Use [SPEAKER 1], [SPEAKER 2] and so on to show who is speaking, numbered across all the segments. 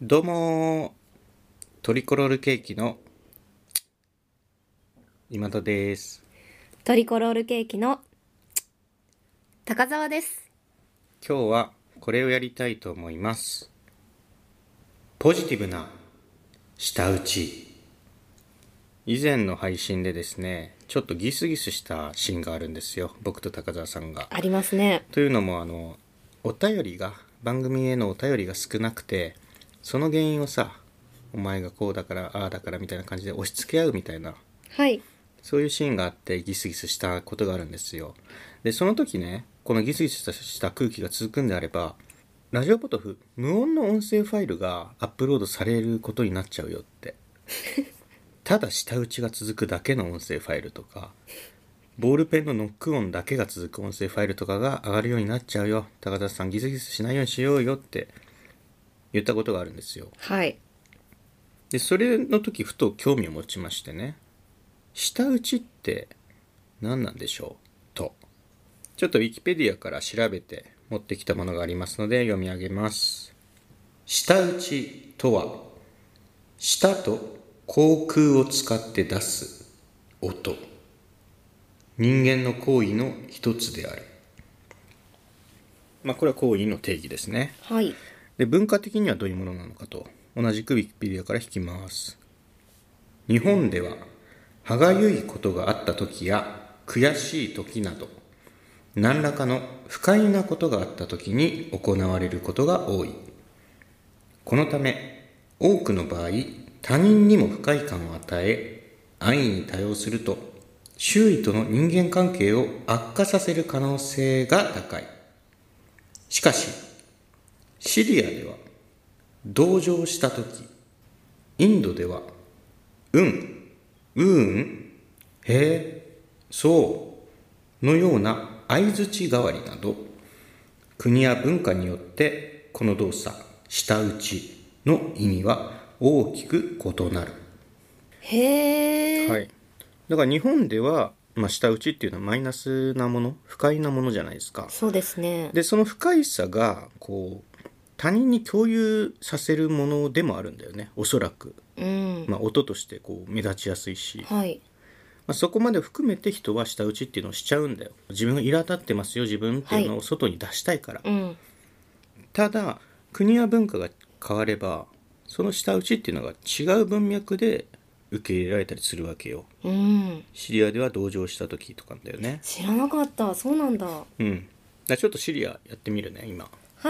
[SPEAKER 1] どうもートリコロールケーキの今田です
[SPEAKER 2] トリコロールケーキの高澤です。
[SPEAKER 1] 今日はこれをやりたいと思いますポジティブな舌打ち以前の配信でですねちょっとギスギスしたシーンがあるんですよ僕と高澤さんが
[SPEAKER 2] ありますね。
[SPEAKER 1] というのもあのお便りが番組へのお便りが少なくてその原因をさお前がこうだからああだからみたいな感じで押し付け合うみたいな
[SPEAKER 2] はい。
[SPEAKER 1] そういうシーンがあってギスギスしたことがあるんですよ。で、その時ね、このギスギスしたした空気が続くんであれば、ラジオポトフ、無音の音声ファイルがアップロードされることになっちゃうよって。ただ舌打ちが続くだけの音声ファイルとか、ボールペンのノック音だけが続く音声ファイルとかが上がるようになっちゃうよ。高田さんギスギスしないようにしようよって言ったことがあるんですよ。
[SPEAKER 2] はい。
[SPEAKER 1] でそれの時ふと興味を持ちましてね舌打ちって何なんでしょうとちょっとウィキペディアから調べて持ってきたものがありますので読み上げます舌打ちとは舌と口腔を使って出す音人間の行為の一つであるまあこれは行為の定義ですね
[SPEAKER 2] はい。
[SPEAKER 1] で文化的にはどういうものなのかと同じくウィキペディアから引きます日本では歯がゆいことがあった時や悔しい時など何らかの不快なことがあった時に行われることが多いこのため多くの場合他人にも不快感を与え安易に対応すると周囲との人間関係を悪化させる可能性が高いしかしシリアでは同情した時インドではうんうーんへえそうのような相づち代わりなど国や文化によってこの動作舌打ちの意味は大きく異なる
[SPEAKER 2] へー。
[SPEAKER 1] はい、だから日本では、まあ、舌打ちっていうのはマイナスなもの不快なものじゃないですか
[SPEAKER 2] そうですね。
[SPEAKER 1] でその不快さがこう他人に共有させるものでもあるんだよねおそらく、
[SPEAKER 2] うん。
[SPEAKER 1] まあ、音としてこう目立ちやすいし、ま
[SPEAKER 2] はい。
[SPEAKER 1] あ、そこまで含めて人は舌打ちっていうのをしちゃうんだよ自分が苛立ってますよ自分っていうのを外に出したいから、
[SPEAKER 2] うん。
[SPEAKER 1] ただ国や文化が変わればその舌打ちっていうのが違う文脈で受け入れられたりするわけよ
[SPEAKER 2] うん。
[SPEAKER 1] シリアでは同情した時とかだよね
[SPEAKER 2] 知らなかった。そうなんだ。は
[SPEAKER 1] うんだからちょっとシリアやってみるね今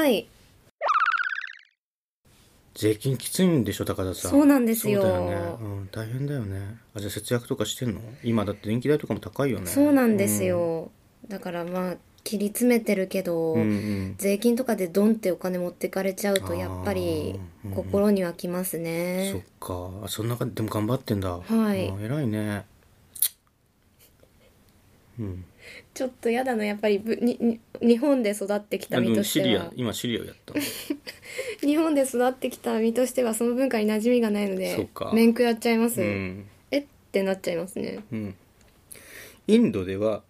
[SPEAKER 2] い。
[SPEAKER 1] 税金きついんでしょ高田さん
[SPEAKER 2] そうなんですよ
[SPEAKER 1] そうだよね、うん、大変だよねあじゃあ節約とかしてんの今だって電気代とかも高いよね
[SPEAKER 2] そうなんですよ。だからまあ、切り詰めてるけど、
[SPEAKER 1] うんうん
[SPEAKER 2] 税金とかでドンってお金持ってかれちゃうと、やっぱり
[SPEAKER 1] あーうん
[SPEAKER 2] 心にはきます
[SPEAKER 1] そっ
[SPEAKER 2] ね。
[SPEAKER 1] かあそんな中ででも頑張ってんだ
[SPEAKER 2] はい
[SPEAKER 1] あ偉いねうん
[SPEAKER 2] ちょっとやだな、やっぱりぶにに日本で育ってきた
[SPEAKER 1] あ
[SPEAKER 2] 身
[SPEAKER 1] の
[SPEAKER 2] とし
[SPEAKER 1] シ
[SPEAKER 2] て
[SPEAKER 1] リ
[SPEAKER 2] は
[SPEAKER 1] ア。今シリアをやった の
[SPEAKER 2] 日本で育ってきた身としてはその文化に馴染みがないの
[SPEAKER 1] そう
[SPEAKER 2] で
[SPEAKER 1] か
[SPEAKER 2] 面食らっちゃいます、
[SPEAKER 1] うん、
[SPEAKER 2] えってなっちゃいますね
[SPEAKER 1] うん、インドでは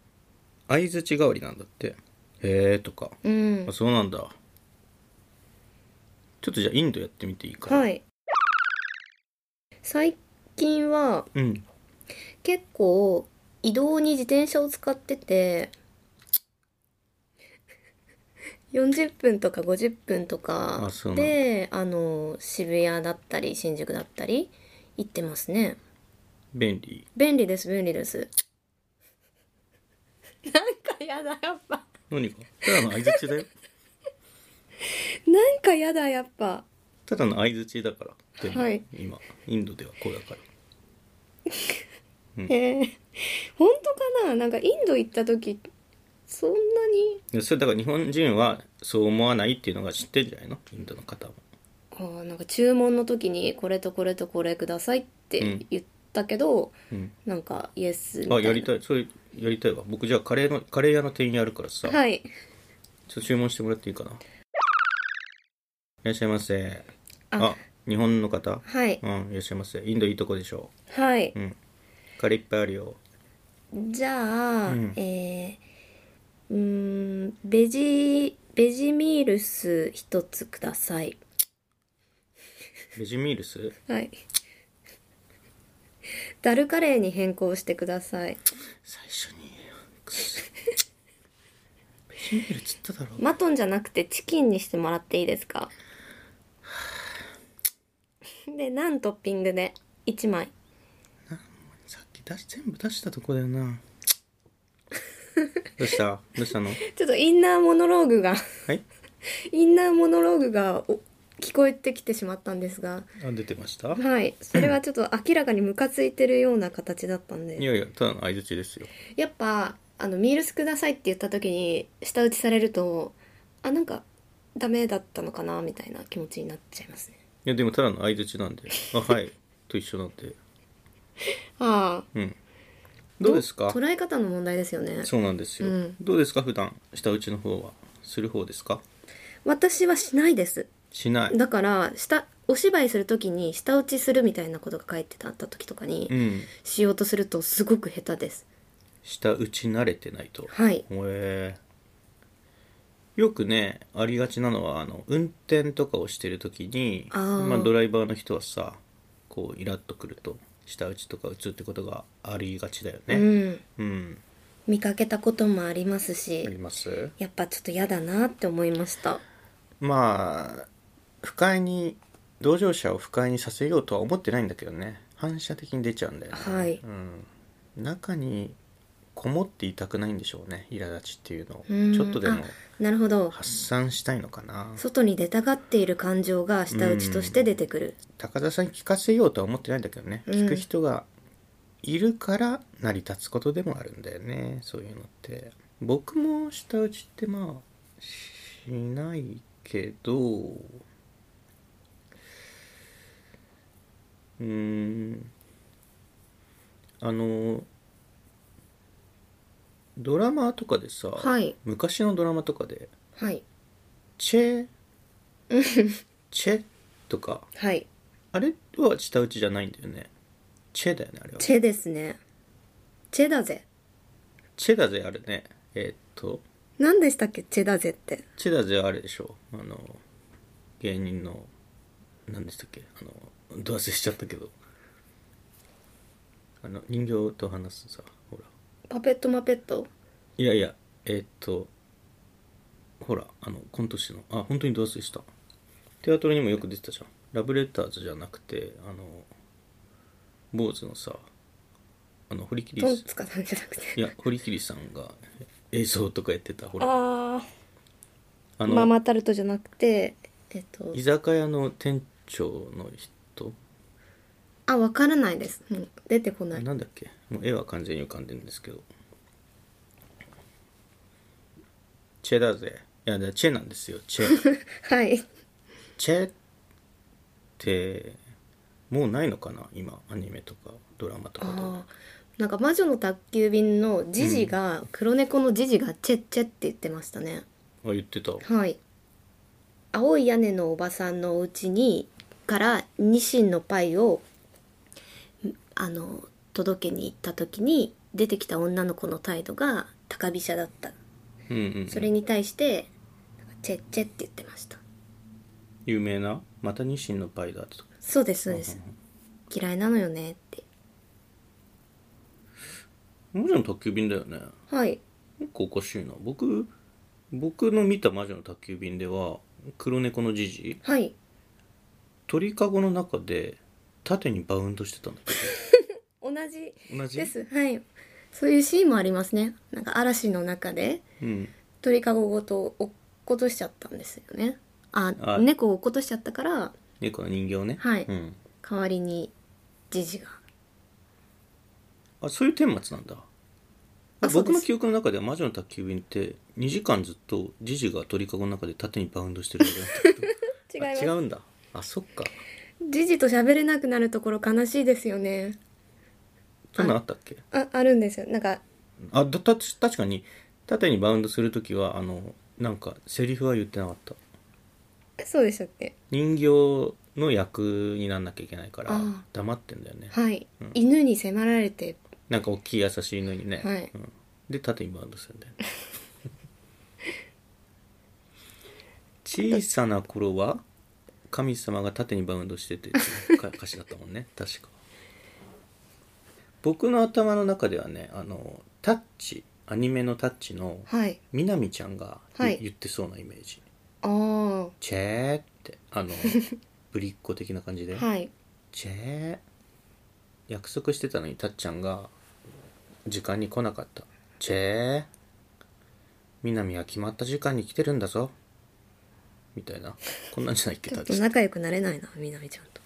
[SPEAKER 1] 相づち代わりなんだってへえとか、
[SPEAKER 2] うん
[SPEAKER 1] あそうなんだちょっとじゃあインドやってみていいかな
[SPEAKER 2] はい最近は
[SPEAKER 1] うん
[SPEAKER 2] 結構移動に自転車を使ってて40分とか50分とか
[SPEAKER 1] あそうなんだ
[SPEAKER 2] であの渋谷だったり新宿だったり行ってますね
[SPEAKER 1] 便利
[SPEAKER 2] 便利です便利です なんかやだやっぱ
[SPEAKER 1] 何かただの相づちだよ
[SPEAKER 2] なんかやだやっぱ
[SPEAKER 1] ただの相づちだからでも
[SPEAKER 2] はい
[SPEAKER 1] 今インドではこうだから
[SPEAKER 2] へえ本当かななんかインド行った時そんなに
[SPEAKER 1] でそれだから日本人はそう思わないっていうのが知ってんじゃないのインドの方も
[SPEAKER 2] あーなんか注文の時にこれとこれとこれくださいっ
[SPEAKER 1] うん
[SPEAKER 2] て言ったけど、
[SPEAKER 1] うん
[SPEAKER 2] なんかイエスみたいな
[SPEAKER 1] あやりたいそれやりたいわ僕じゃあカレーのカレー屋の店員やるからさ、
[SPEAKER 2] はい
[SPEAKER 1] ちょっと注文してもらっていいかないらっしゃいませ
[SPEAKER 2] あ
[SPEAKER 1] あ日本の方
[SPEAKER 2] はい
[SPEAKER 1] うんいらっしゃいませインドいいとこでしょ
[SPEAKER 2] はい、
[SPEAKER 1] うんカレーいっぱいあるよ
[SPEAKER 2] じゃあ、
[SPEAKER 1] うん
[SPEAKER 2] えーうーんベジベジミールス一つください
[SPEAKER 1] ベジミールス
[SPEAKER 2] はいダルカレーに変更してください
[SPEAKER 1] 最初に言えよくそベジミールっつっただろ
[SPEAKER 2] マトンじゃなくてチキンにしてもらっていいですか で何トッピングで1枚
[SPEAKER 1] さっき出し全部出したとこだよなどうしたどうしたの
[SPEAKER 2] ちょっとインナーモノローグが
[SPEAKER 1] はい
[SPEAKER 2] インナーモノローグがお聞こえてきてしまったんですが
[SPEAKER 1] あ出てました
[SPEAKER 2] はいそれはちょっと明らかにムカついてるような形だったん
[SPEAKER 1] い
[SPEAKER 2] で
[SPEAKER 1] やいやただの相づちですよ
[SPEAKER 2] やっぱあのミールスくださいって言った時に舌打ちされるとあなんかダメだったのかなみたいな気持ちになっちゃいますね
[SPEAKER 1] いやでもただの相づちなんで「あはい」と一緒なんで
[SPEAKER 2] ああ
[SPEAKER 1] うんどうですか
[SPEAKER 2] 捉え方の問題ですよね
[SPEAKER 1] そうなんですよ、
[SPEAKER 2] うん
[SPEAKER 1] どうですか普段下打ちの方はする方ですか
[SPEAKER 2] 私はしないです
[SPEAKER 1] しない
[SPEAKER 2] だから下お芝居する時に舌打ちするみたいなことが書いてあった時とかに、
[SPEAKER 1] うん
[SPEAKER 2] しようとするとすごく下手です
[SPEAKER 1] 下打ち慣れてないと
[SPEAKER 2] はい
[SPEAKER 1] へえよくねありがちなのはあの運転とかをしてる時に
[SPEAKER 2] あー
[SPEAKER 1] まあ、ドライバーの人はさこうイラッとくると下打ちとか打つってことがありがちだよ
[SPEAKER 2] う
[SPEAKER 1] ね
[SPEAKER 2] ん
[SPEAKER 1] うん、
[SPEAKER 2] 見かけたこともありますし、
[SPEAKER 1] あります
[SPEAKER 2] やっぱちょっと嫌だなって思いました
[SPEAKER 1] まあ不快に同乗者を不快にさせようとは思ってないんだけどね反射的に出ちゃうんだよね、
[SPEAKER 2] はい
[SPEAKER 1] うん、中にこもっていたくないんでしょうね苛立ちっていうのを
[SPEAKER 2] うん
[SPEAKER 1] ちょっとでも
[SPEAKER 2] あなるほど
[SPEAKER 1] 発散したいのかな
[SPEAKER 2] 外に出たがっている感情が舌打ちとして出てくる
[SPEAKER 1] 高田さんに聞かせようとは思ってないんだけどね、
[SPEAKER 2] うん
[SPEAKER 1] 聞く人がいるから成り立つことでもあるんだよねそういうのって僕も舌打ちってまあしないけどうーんあのドラマとかでさ、
[SPEAKER 2] はい
[SPEAKER 1] 昔のドラマとかで
[SPEAKER 2] はい
[SPEAKER 1] 「チェ」「チェ」とか
[SPEAKER 2] はい
[SPEAKER 1] あれは舌打ちじゃないんだよね。チェだよね、あれは。
[SPEAKER 2] チェですねチェだぜ
[SPEAKER 1] チェだぜ、あれね。えーっと、
[SPEAKER 2] 何でしたっけチェだぜって
[SPEAKER 1] チェだぜはあれでしょ。あの、芸人の、何でしたっけあの、どうせしちゃったけど。あの、人形と話すさ、ほら。
[SPEAKER 2] パペットマペット
[SPEAKER 1] いやいや、えーっと、ほら、あの、コント師の、あ、本当にどうせした。テアトルにもよく出てたじゃん。ラブレターズじゃなくて、あの、坊主のさ、あの、堀切
[SPEAKER 2] トン
[SPEAKER 1] さん
[SPEAKER 2] ツカさんじゃなくて
[SPEAKER 1] いや堀切さんが映像とかやってたほら
[SPEAKER 2] あ
[SPEAKER 1] あ
[SPEAKER 2] あ
[SPEAKER 1] の、
[SPEAKER 2] ママタルトじゃなくてえっと
[SPEAKER 1] 居酒屋の店長の人
[SPEAKER 2] あわからないですもう出てこない
[SPEAKER 1] なんだっけもう絵は完全に浮かんでるんですけどチェだぜいやだチェなんですよチェ
[SPEAKER 2] はい
[SPEAKER 1] チェってもうないのかな今アニメとかドラマとかで
[SPEAKER 2] あーなんか魔女の宅急便のジジが、黒猫のジジがチェッチェって言ってましたね
[SPEAKER 1] あ言ってた
[SPEAKER 2] はい青い屋根のおばさんのお家にからニシンのパイをんあの届けに行った時に出てきた女の子の態度が高飛車だった
[SPEAKER 1] うんうん
[SPEAKER 2] それに対してチェッチェって言ってました
[SPEAKER 1] 有名なまたニシンのパイだとか
[SPEAKER 2] そうですそうです嫌いなのよねって
[SPEAKER 1] もちろん宅急便だよね
[SPEAKER 2] はい
[SPEAKER 1] 結構おかしいな僕僕の見た魔女の宅急便では黒猫のジジ
[SPEAKER 2] はい
[SPEAKER 1] 鳥かごの中で縦にバウンドしてたんだけ
[SPEAKER 2] 同じ
[SPEAKER 1] ど同じ
[SPEAKER 2] ですはいそういうシーンもありますねなんか嵐の中で
[SPEAKER 1] うん
[SPEAKER 2] 鳥かごごと落っことしちゃったんですよねあ
[SPEAKER 1] あ
[SPEAKER 2] 猫を落っことしちゃったから
[SPEAKER 1] 猫の人形ね
[SPEAKER 2] はい
[SPEAKER 1] うん、
[SPEAKER 2] 代わりにジジが
[SPEAKER 1] あそういう顛末なんだ
[SPEAKER 2] あそう
[SPEAKER 1] 僕
[SPEAKER 2] で
[SPEAKER 1] の
[SPEAKER 2] す
[SPEAKER 1] 記憶の中では魔女の宅急便って2時間ずっとジジが鳥かごの中で縦にバウンドしてるだけだったけど
[SPEAKER 2] 違い
[SPEAKER 1] あ
[SPEAKER 2] ます
[SPEAKER 1] 違うんだあそっか
[SPEAKER 2] ジジと喋れなくなるところ悲しいですよね
[SPEAKER 1] そんなんあったっけ
[SPEAKER 2] ああるんですよなんか
[SPEAKER 1] あだた確かに縦にバウンドする時はあのなんかセリフは言ってなかった
[SPEAKER 2] そうでしたっけ
[SPEAKER 1] 人形の役になんなきゃいけないから
[SPEAKER 2] ああ
[SPEAKER 1] 黙ってんだよね
[SPEAKER 2] はい、犬に迫られて
[SPEAKER 1] なんか大きい優しい犬にね、
[SPEAKER 2] はい
[SPEAKER 1] うんで縦にバウンドするんだよね小さな頃は神様が縦にバウンドしててっていうか 歌詞だったもんね確か僕の頭の中ではねあのタッチアニメのタッチの
[SPEAKER 2] はい
[SPEAKER 1] みなみちゃんが言,、
[SPEAKER 2] はい
[SPEAKER 1] ってそうなイメージ
[SPEAKER 2] ああは
[SPEAKER 1] チェーってあ のぶりっ子的な感じで、
[SPEAKER 2] い
[SPEAKER 1] チェー約束してたのにたっちゃんが時間に来なかったチェーみなみは決まった時間に来てるんだぞみたいなこんなんじゃないっけ
[SPEAKER 2] ちょ
[SPEAKER 1] た
[SPEAKER 2] っと仲良くなれないなみなみちゃんと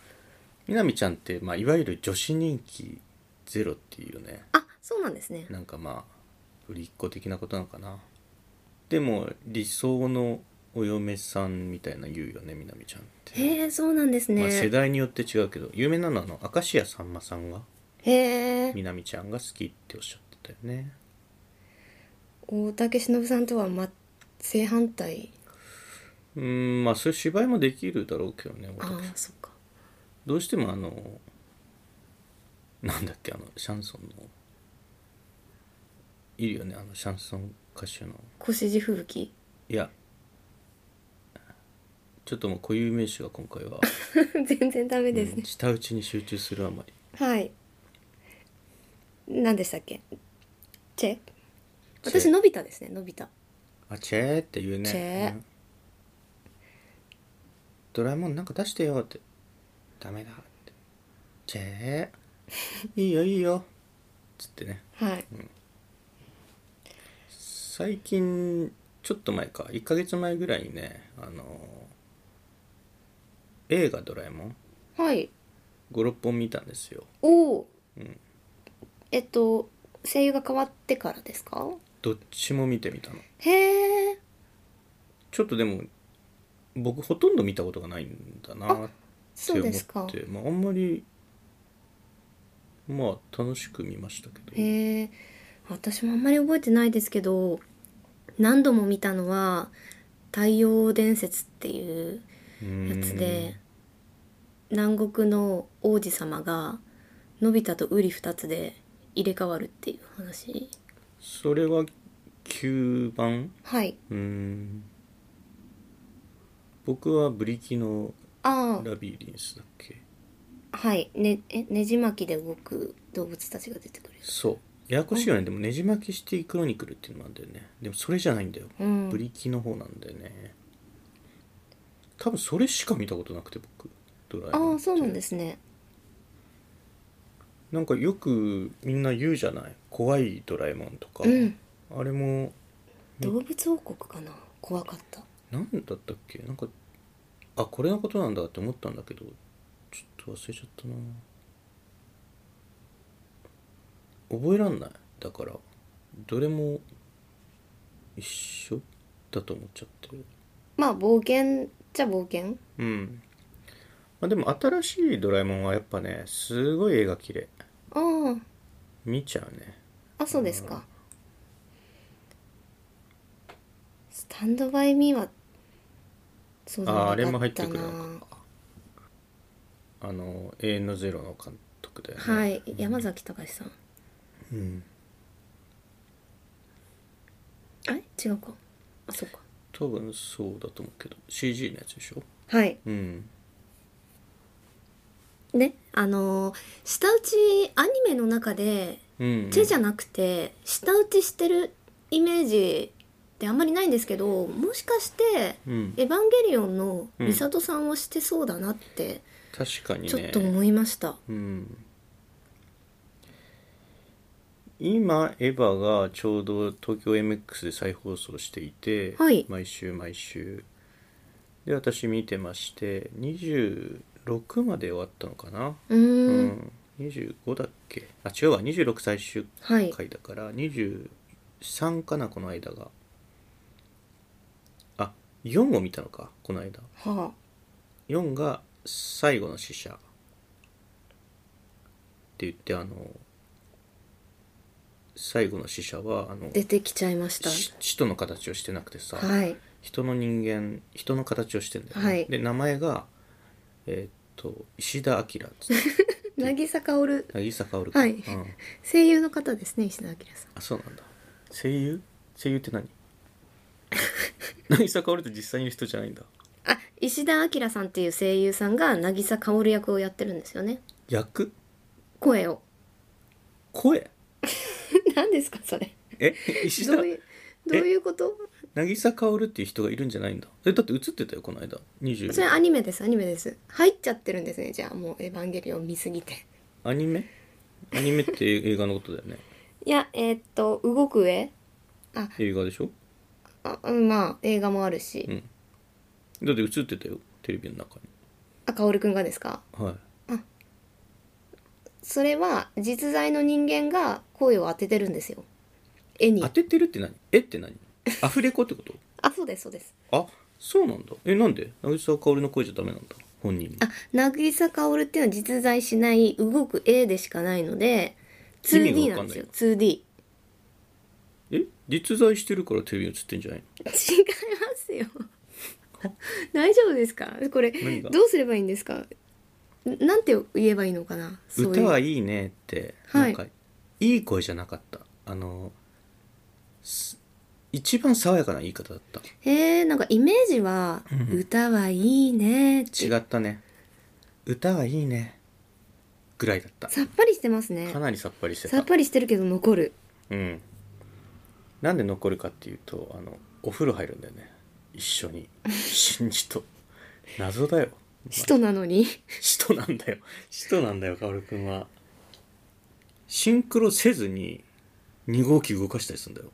[SPEAKER 1] みなみちゃんって、まあ、いわゆる女子人気ゼロっていうね
[SPEAKER 2] あそうなんですね
[SPEAKER 1] なんかまあ売りっ子的なことなのかなでも理想のお嫁さんみたいな言うよねみなみちゃんって、
[SPEAKER 2] へえそうなんです
[SPEAKER 1] まあ、世
[SPEAKER 2] ね
[SPEAKER 1] 代によって違うけど有名なのはあの明石家さんまさんが
[SPEAKER 2] へえ
[SPEAKER 1] みなみちゃんが好きっておっしゃってたよね
[SPEAKER 2] 大竹しのぶさんとは、ま、正反対
[SPEAKER 1] うーんまあそういう芝居もできるだろうけどね
[SPEAKER 2] あ
[SPEAKER 1] 私
[SPEAKER 2] あそっ か
[SPEAKER 1] どうしてもあのなんだっけあのシャンソンのいるよねあのシャンソン歌手の
[SPEAKER 2] 腰地吹雪
[SPEAKER 1] いやちょっともう固有名詞が今回は、
[SPEAKER 2] 全然ダメ です
[SPEAKER 1] うん
[SPEAKER 2] ね、
[SPEAKER 1] 舌打ちに集中するあまり
[SPEAKER 2] はい何でしたっけチェ
[SPEAKER 1] チェ
[SPEAKER 2] 私のび太ですねのび太
[SPEAKER 1] あチェーって言うね
[SPEAKER 2] チェー
[SPEAKER 1] うんドラえもんなんか出してよってダメだってチ ェーいいよいいよつってね
[SPEAKER 2] はい、
[SPEAKER 1] 最近ちょっと前か1ヶ月前ぐらいにねあの映画「ドラえもん
[SPEAKER 2] はい」
[SPEAKER 1] 56本見たんですよ
[SPEAKER 2] おお、えっと声優が変わってからですか
[SPEAKER 1] どっちも見てみたの
[SPEAKER 2] へえ
[SPEAKER 1] ちょっとでも僕ほとんど見たことがないんだなって
[SPEAKER 2] そう
[SPEAKER 1] 思っ
[SPEAKER 2] ですか
[SPEAKER 1] て、まあ、あんまりまあ楽しく見ましたけど
[SPEAKER 2] へえ私もあんまり覚えてないですけど何度も見たのは「太陽伝説」っていう
[SPEAKER 1] うーん
[SPEAKER 2] やつで南国の王子様がのび太とウリ二つで入れ替わるっていう話
[SPEAKER 1] それは9番
[SPEAKER 2] はいう
[SPEAKER 1] ーん僕はブリキの
[SPEAKER 2] あ
[SPEAKER 1] ラビリンスだっけ
[SPEAKER 2] あはいねえねじ巻きで動く動物たちが出てくる
[SPEAKER 1] そうややこしいよねでもねじ巻きシティクロニクルっていうのもあるんだよねでもそれじゃないんだよ、
[SPEAKER 2] うん
[SPEAKER 1] ブリキの方なんだよね多分それしか見たことなくて僕ドラえもん
[SPEAKER 2] ああそうなんですすね
[SPEAKER 1] なんかよくみんな言うじゃない怖いドラえもんとか、
[SPEAKER 2] うん
[SPEAKER 1] あれも
[SPEAKER 2] 動物王国かな怖かった
[SPEAKER 1] 何だったっけなんかあこれのことなんだって思ったんだけどちょっと忘れちゃったな覚えらんないだからどれも一緒だと思っちゃってる
[SPEAKER 2] まあ冒険じゃ冒険
[SPEAKER 1] うん、まあ、でも新しい「ドラえもん」はやっぱねすごい絵が綺麗
[SPEAKER 2] あ
[SPEAKER 1] 見ちゃうね
[SPEAKER 2] ああそうですかスタンドバイミーはそうでもな
[SPEAKER 1] あー
[SPEAKER 2] かったな
[SPEAKER 1] あれも入ってくるのあの「永遠のゼロ」の監督だよね
[SPEAKER 2] はい山崎隆さん
[SPEAKER 1] うん
[SPEAKER 2] あれ違うかあそうか
[SPEAKER 1] 多分そうだと思うけど CG のやつでしょ
[SPEAKER 2] はい
[SPEAKER 1] うん
[SPEAKER 2] ねあのー舌打ちアニメの中で
[SPEAKER 1] うん
[SPEAKER 2] 手じゃなくて舌打ちしてるイメージってあんまりないんですけどもしかして「
[SPEAKER 1] うん
[SPEAKER 2] エヴァンゲリオン」のミサトさんをしてそうだなって
[SPEAKER 1] 確かにね
[SPEAKER 2] ちょっと思いました、
[SPEAKER 1] うん、今エヴァがちょうど東京 MX で再放送していて、
[SPEAKER 2] はい
[SPEAKER 1] 毎週毎週で私見てまして26まで終わったのかな、
[SPEAKER 2] うーん
[SPEAKER 1] うん25だっけあ違うわ26最終
[SPEAKER 2] はい
[SPEAKER 1] 回だから、23かなこの間があ4を見たのかこの間
[SPEAKER 2] は
[SPEAKER 1] 4が最後の死者って言ってあの最後の死者はあの
[SPEAKER 2] あ出てきちゃいました
[SPEAKER 1] し使徒の形をしてなくてさ、
[SPEAKER 2] はい
[SPEAKER 1] 人の人間人の形をしてんだよ、ね
[SPEAKER 2] はい
[SPEAKER 1] で名前がえーっと石田明っつっ て
[SPEAKER 2] 渚薫
[SPEAKER 1] 渚薫
[SPEAKER 2] はい
[SPEAKER 1] うん、
[SPEAKER 2] 声優の方ですね石田明さん
[SPEAKER 1] あそうなんだ 声優声優って何渚薫って実際にいる人じゃないんだ
[SPEAKER 2] あ石田明さんっていう声優さんが渚薫役をやってるんですよね
[SPEAKER 1] 役
[SPEAKER 2] 声を
[SPEAKER 1] 声
[SPEAKER 2] 何ですかそれ
[SPEAKER 1] え石
[SPEAKER 2] ど
[SPEAKER 1] 田
[SPEAKER 2] ういうどういうこと
[SPEAKER 1] 渚薫っていう人がいるんじゃないんだえだって映ってたよこの間
[SPEAKER 2] それ
[SPEAKER 1] 20
[SPEAKER 2] アニメですアニメです入っちゃってるんですねじゃあもう「エヴァンゲリオン」見すぎて
[SPEAKER 1] アニメアニメって映画のことだよね
[SPEAKER 2] いやえーっと動く絵
[SPEAKER 1] 映画でしょ
[SPEAKER 2] あうんまあ映画もあるし、
[SPEAKER 1] うんだって映ってたよテレビの中に
[SPEAKER 2] あかおるくんがですか
[SPEAKER 1] はい
[SPEAKER 2] それは実在の人間が声を当ててるんですよ絵に
[SPEAKER 1] 当ててるって何えって何アフレコってこと
[SPEAKER 2] あそうですそうです
[SPEAKER 1] あそうなんだえなんで渚薫の声じゃダメなんだ本人の
[SPEAKER 2] あ渚薫っていうのは実在しない動く絵でしかないので
[SPEAKER 1] 意味が
[SPEAKER 2] 2D な
[SPEAKER 1] わか
[SPEAKER 2] ん
[SPEAKER 1] ん
[SPEAKER 2] で
[SPEAKER 1] ない
[SPEAKER 2] すよ 2D 違い
[SPEAKER 1] え実在してるからテレビに映ってんじゃないの
[SPEAKER 2] ますよ大丈夫ですかこれ
[SPEAKER 1] 何が
[SPEAKER 2] どうすればいいんですかんなんて言えばいいのかなそうい
[SPEAKER 1] 歌
[SPEAKER 2] う
[SPEAKER 1] はいいねって、
[SPEAKER 2] はい
[SPEAKER 1] なんかいい声じゃなかったあのす一番爽やかな言い方だった
[SPEAKER 2] へえなんかイメージは「
[SPEAKER 1] うん
[SPEAKER 2] 歌はいいね」って
[SPEAKER 1] 違ったね歌はいいねぐらいだった
[SPEAKER 2] さっぱりしてますね
[SPEAKER 1] かなりさっぱりして
[SPEAKER 2] さ
[SPEAKER 1] た
[SPEAKER 2] っぱりしてるけど残る
[SPEAKER 1] うんなんで残るかっていうとあのお風呂入るんだよね一緒 に新人と謎だよ
[SPEAKER 2] 人なのに
[SPEAKER 1] 使徒なんだよ使徒なんだよ薫君はシンクロせずに2号機動かしたりするんだよ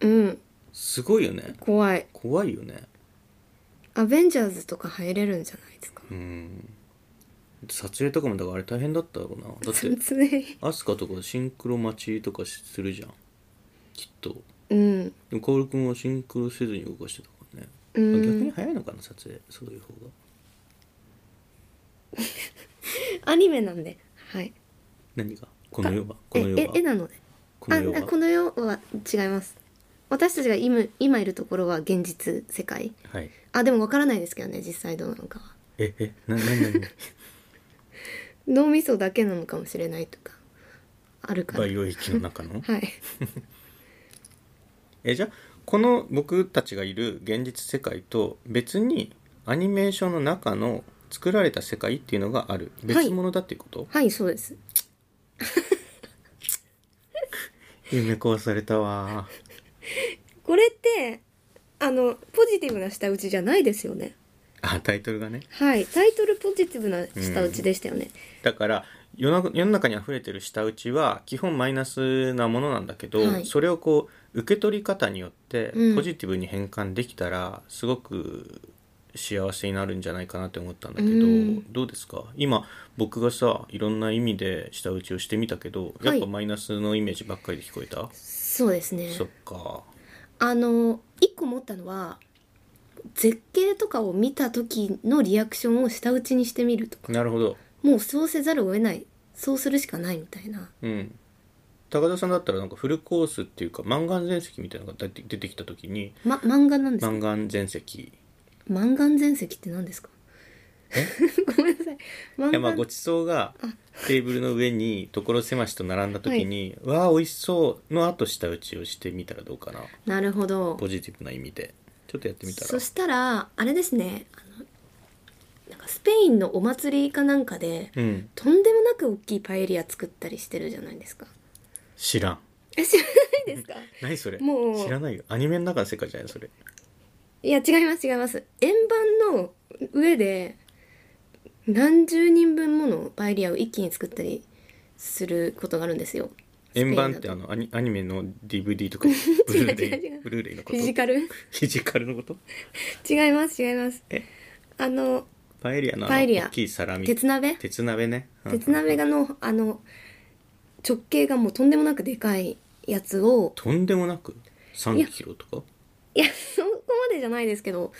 [SPEAKER 2] うん
[SPEAKER 1] すごいよね
[SPEAKER 2] 怖い
[SPEAKER 1] 怖いよね
[SPEAKER 2] アベンジャーズとか入れるんじゃないですか
[SPEAKER 1] うん撮影とかもだからあれ大変だったろうなだって
[SPEAKER 2] 撮影
[SPEAKER 1] アスカとかシンクロ待ちとかするじゃんきっと
[SPEAKER 2] うん
[SPEAKER 1] でも薫君はシンクロせずに動かしてたからね、
[SPEAKER 2] う
[SPEAKER 1] あ
[SPEAKER 2] ん
[SPEAKER 1] 逆に早いのかな撮影そういう方が
[SPEAKER 2] アニメなんではい
[SPEAKER 1] 何がこの世はこ
[SPEAKER 2] え
[SPEAKER 1] の世
[SPEAKER 2] え絵
[SPEAKER 1] は
[SPEAKER 2] なので
[SPEAKER 1] この世
[SPEAKER 2] ああこ
[SPEAKER 1] は
[SPEAKER 2] の世は違います私たちが今今いるところは現実世界
[SPEAKER 1] はい
[SPEAKER 2] あでもわからないですけどね実際どうなのかは
[SPEAKER 1] ええな何何 何
[SPEAKER 2] 脳みそだけなのかもしれないとかあるから
[SPEAKER 1] 培養液の中の
[SPEAKER 2] はい
[SPEAKER 1] えじゃあこの僕たちがいる現実世界と別にアニメーションの中の作られた世界っていうのがある別物だっていうこと、
[SPEAKER 2] はいそうです
[SPEAKER 1] 夢壊されたわ
[SPEAKER 2] これってあのポジティブな舌打ちじゃないですよね
[SPEAKER 1] あタイトルがね
[SPEAKER 2] はいタイトルポジティブな舌打ちでしたよね、
[SPEAKER 1] だから世の世の中に溢れてる舌打ちは基本マイナスなものなんだけど、
[SPEAKER 2] はい
[SPEAKER 1] それをこう受け取り方によって
[SPEAKER 2] うん
[SPEAKER 1] ポジティブに変換できたらすごく幸せになるんじゃないかなって思ったんだけど、
[SPEAKER 2] うん
[SPEAKER 1] どうですか今僕がさいろんな意味で舌打ちをしてみたけどやっ
[SPEAKER 2] は
[SPEAKER 1] ぱ
[SPEAKER 2] い
[SPEAKER 1] マイナスのイメージばっかりで聞こえた、
[SPEAKER 2] そうですね
[SPEAKER 1] そっか
[SPEAKER 2] あの一個思ったのは絶景とかを見た時のリアクションを舌打ちにしてみるとか
[SPEAKER 1] なるほど
[SPEAKER 2] もうそうせざるを得ないそうするしかないみたいな
[SPEAKER 1] うん高田さんだったらなんかフルコースっていうかマンガン全席みたいなのが出て出てきた時に
[SPEAKER 2] ま漫画なんです
[SPEAKER 1] マ
[SPEAKER 2] か
[SPEAKER 1] ンガン全席
[SPEAKER 2] 漫画全席って何ですか ごめんなさい
[SPEAKER 1] いやまあ
[SPEAKER 2] 漫
[SPEAKER 1] ご
[SPEAKER 2] 画
[SPEAKER 1] ちそうがテーブルの上に所狭しと並んだ時に「わあ美味しそう」の後舌打ちをしてみたらどうかな
[SPEAKER 2] なるほど
[SPEAKER 1] ポジティブな意味でちょっとやってみた
[SPEAKER 2] そ
[SPEAKER 1] ら
[SPEAKER 2] したらあれですねあのなんかスペインのお祭りかなんかで
[SPEAKER 1] うん
[SPEAKER 2] とんでもなく大きいパエリア作ったりしてるじゃないですか
[SPEAKER 1] 知らん
[SPEAKER 2] え知らないですか
[SPEAKER 1] 何それ
[SPEAKER 2] もう
[SPEAKER 1] 知らないよアニメの中の世界じゃないそれ
[SPEAKER 2] いや違います違います円盤の上で何十人分ものパエリアを一気に作ったりすることがあるんですよ
[SPEAKER 1] 円盤っ
[SPEAKER 2] スペ
[SPEAKER 1] て
[SPEAKER 2] イ
[SPEAKER 1] あ
[SPEAKER 2] ンだと
[SPEAKER 1] のアニアニメの DVD とかブルーレ
[SPEAKER 2] 違う違
[SPEAKER 1] イ
[SPEAKER 2] う
[SPEAKER 1] ブルーレイのこ
[SPEAKER 2] フ
[SPEAKER 1] と
[SPEAKER 2] ィジカル
[SPEAKER 1] フ ィジカルのこと
[SPEAKER 2] 違います違います
[SPEAKER 1] え
[SPEAKER 2] あの
[SPEAKER 1] パエリアのあ
[SPEAKER 2] パエリ
[SPEAKER 1] の
[SPEAKER 2] ア
[SPEAKER 1] 大きいサラミ
[SPEAKER 2] 鉄鍋
[SPEAKER 1] 鉄鍋ねうん
[SPEAKER 2] 鉄鍋がのあの直径がもうとんでもなくでかいやつを
[SPEAKER 1] とんでもなく3キロとか
[SPEAKER 2] いや、 そこまでじゃないですけど、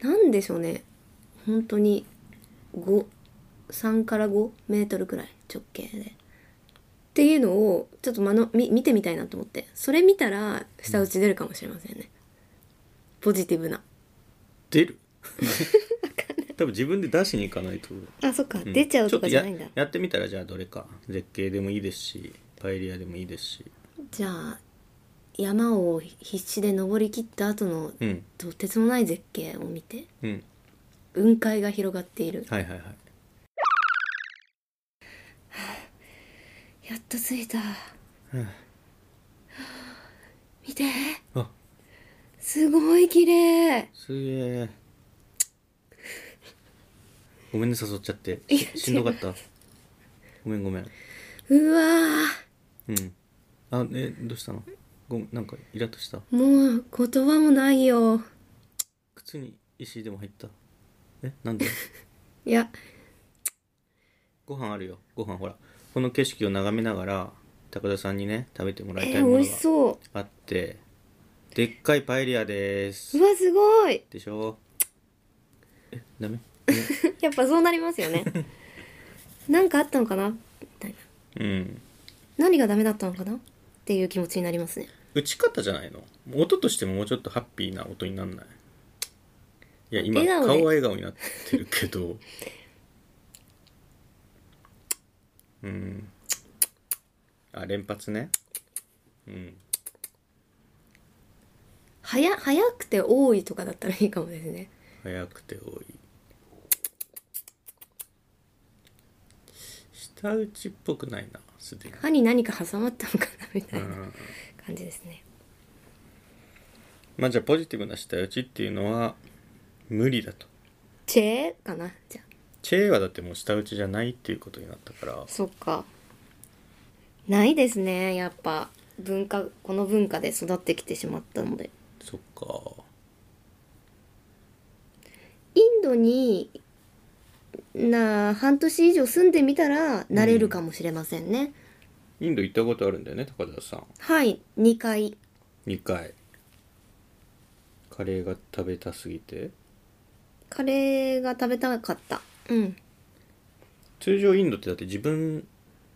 [SPEAKER 2] なんでしょうね。本当に、5、3から5メートルくらい直径で。っていうのを、ちょっとまのみ見てみたいなと思って。それ見たら、舌打ち出るかもしれませんね。ポジティブな。
[SPEAKER 1] 出る多分自分で出しに行かないと
[SPEAKER 2] あ、そっか。出ちゃうとかじゃないん
[SPEAKER 1] ち
[SPEAKER 2] だ
[SPEAKER 1] ょっ。とややってみたらじゃあどれか絶景でもいいですしパエリアでもいいですし
[SPEAKER 2] じゃあ、山を必死で登り切った後の、
[SPEAKER 1] うん
[SPEAKER 2] とてつもない絶景を見て、
[SPEAKER 1] うん
[SPEAKER 2] 雲海が広がっている
[SPEAKER 1] はいはいはい
[SPEAKER 2] やっと着いた
[SPEAKER 1] うん
[SPEAKER 2] 見て
[SPEAKER 1] あ
[SPEAKER 2] すごい綺麗
[SPEAKER 1] すげえごめんね誘っちゃって
[SPEAKER 2] いや
[SPEAKER 1] ししんどかったごめんごめん
[SPEAKER 2] うわ
[SPEAKER 1] うんあえどうしたのごめんなんかイラッとした
[SPEAKER 2] ーもう言葉もないよ
[SPEAKER 1] 靴に石でも入ったえなんで
[SPEAKER 2] いや
[SPEAKER 1] ご飯あるよご飯ほらこの景色を眺めながら高田さんにね食べてもらいた
[SPEAKER 2] え
[SPEAKER 1] いもの
[SPEAKER 2] ー、美
[SPEAKER 1] が
[SPEAKER 2] 味しそう
[SPEAKER 1] あってでっかいパエリアです
[SPEAKER 2] うわすごい
[SPEAKER 1] でしょえダメ
[SPEAKER 2] やっぱそうなりますよ ねなんかあったのかなみたいな
[SPEAKER 1] うん
[SPEAKER 2] 何がダメだったのかなっていう気持ちになりますね
[SPEAKER 1] 打ち方じゃないの音としてももうちょっとハッピーな音になんないいや今
[SPEAKER 2] 笑
[SPEAKER 1] 顔
[SPEAKER 2] 顔
[SPEAKER 1] は
[SPEAKER 2] で
[SPEAKER 1] 笑顔になってるけ どうんあ連発ねうん
[SPEAKER 2] 早早くて多いとかだったらいいかもですね
[SPEAKER 1] 早くて多い舌打ちっぽくないなすでに
[SPEAKER 2] 歯に何か挟まったのかなみたいうなん感じですね
[SPEAKER 1] まあじゃあポジティブな舌打ちっていうのは無理だと
[SPEAKER 2] チェーかなじゃあ
[SPEAKER 1] チェーはだってもう舌打ちじゃないっていうことになったから
[SPEAKER 2] そっかないですねやっぱ文化この文化で育ってきてしまったので
[SPEAKER 1] そっか
[SPEAKER 2] インドにな半年以上住んでみたら慣れるかもしれませんね、
[SPEAKER 1] インド行ったことあるんだよね高田さん
[SPEAKER 2] はい2回
[SPEAKER 1] 2回カレーが食べたすぎて
[SPEAKER 2] カレーが食べたかったうん
[SPEAKER 1] 通常インドってだって自分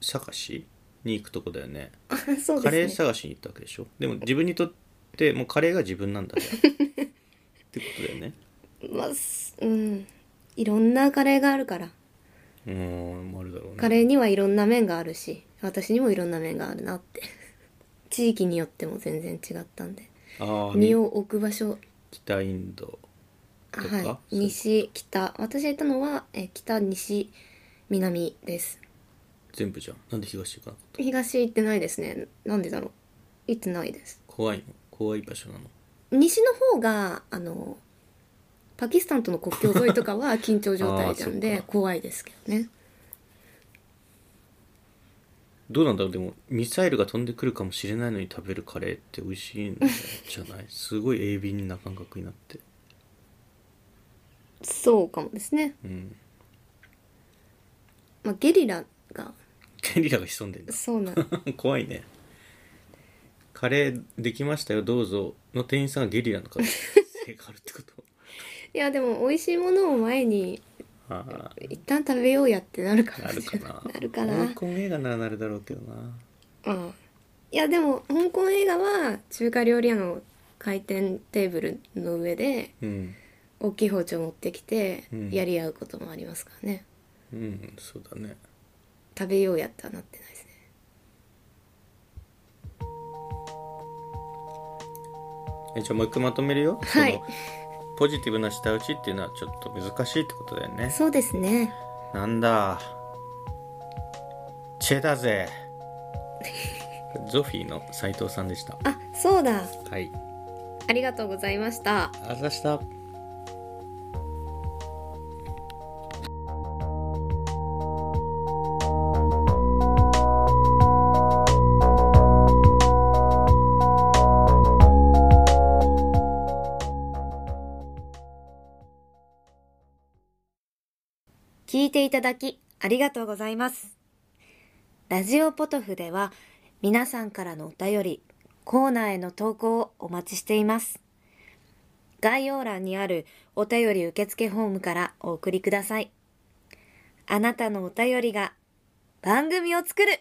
[SPEAKER 1] 探しに行くとこだよね
[SPEAKER 2] あ そう
[SPEAKER 1] カレー
[SPEAKER 2] ですね
[SPEAKER 1] 探しに行ったわけでしょでも自分にとってもうカレーが自分なん だじゃんってことだよね
[SPEAKER 2] まあすうんいろんなカレーがあるから
[SPEAKER 1] うーんあるだろうね
[SPEAKER 2] カレーにはいろんな面があるし私にもいろんな面があるなって 地域によっても全然違ったんで
[SPEAKER 1] ああ
[SPEAKER 2] 身を置く場所
[SPEAKER 1] 北インドとか、
[SPEAKER 2] は
[SPEAKER 1] そう
[SPEAKER 2] い西北私がいたのはえ北西南です
[SPEAKER 1] 全部じゃんなんで東行かなかった
[SPEAKER 2] 東行ってないですねなんでだろう行ってないです
[SPEAKER 1] 怖いの怖い場所なの
[SPEAKER 2] 西の方があのパキスタンとの国境沿いとかは 緊張状態なん
[SPEAKER 1] あーそ
[SPEAKER 2] で
[SPEAKER 1] っか
[SPEAKER 2] 怖いですけどね
[SPEAKER 1] どうなんだろうでもミサイルが飛んでくるかもしれないのに食べるカレーって美味しいんじゃない すごい鋭敏な感覚になって
[SPEAKER 2] そうかもですね、
[SPEAKER 1] うん
[SPEAKER 2] まあ、ゲリラが
[SPEAKER 1] ゲリラが潜んでんだ
[SPEAKER 2] そうな
[SPEAKER 1] 怖いねカレーできましたよどうぞの店員さんがゲリラの 可能性があるってこと
[SPEAKER 2] いやでも美味しいものを前に
[SPEAKER 1] ああ
[SPEAKER 2] 一旦食べようやってなるかも
[SPEAKER 1] なる
[SPEAKER 2] しれ
[SPEAKER 1] か
[SPEAKER 2] ない
[SPEAKER 1] な
[SPEAKER 2] なるかな
[SPEAKER 1] 香港映画ならなるだろうけどな
[SPEAKER 2] うんいやでも香港映画は中華料理屋の回転テーブルの上で
[SPEAKER 1] うん
[SPEAKER 2] 大きい包丁持ってきて
[SPEAKER 1] うん
[SPEAKER 2] やり合うこともありますからね、
[SPEAKER 1] うんそうだね
[SPEAKER 2] 食べようやってはなってないですね
[SPEAKER 1] えじゃあもう一回まとめるよ、
[SPEAKER 2] はい
[SPEAKER 1] そのポジティブな舌打ちっていうのはちょっと難しいってことだよね
[SPEAKER 2] そうですね
[SPEAKER 1] なんだチェだ ぜゾフィーの斉藤さんでした
[SPEAKER 2] あそうだ
[SPEAKER 1] はい
[SPEAKER 2] ありがとうございました
[SPEAKER 1] あざした
[SPEAKER 2] 聞いていただきありがとうございます。ラジオポトフでは皆さんからのお便り、コーナーへの投稿をお待ちしています。概要欄にあるお便り受付フォームからお送りください。あなたのお便りが番組を作る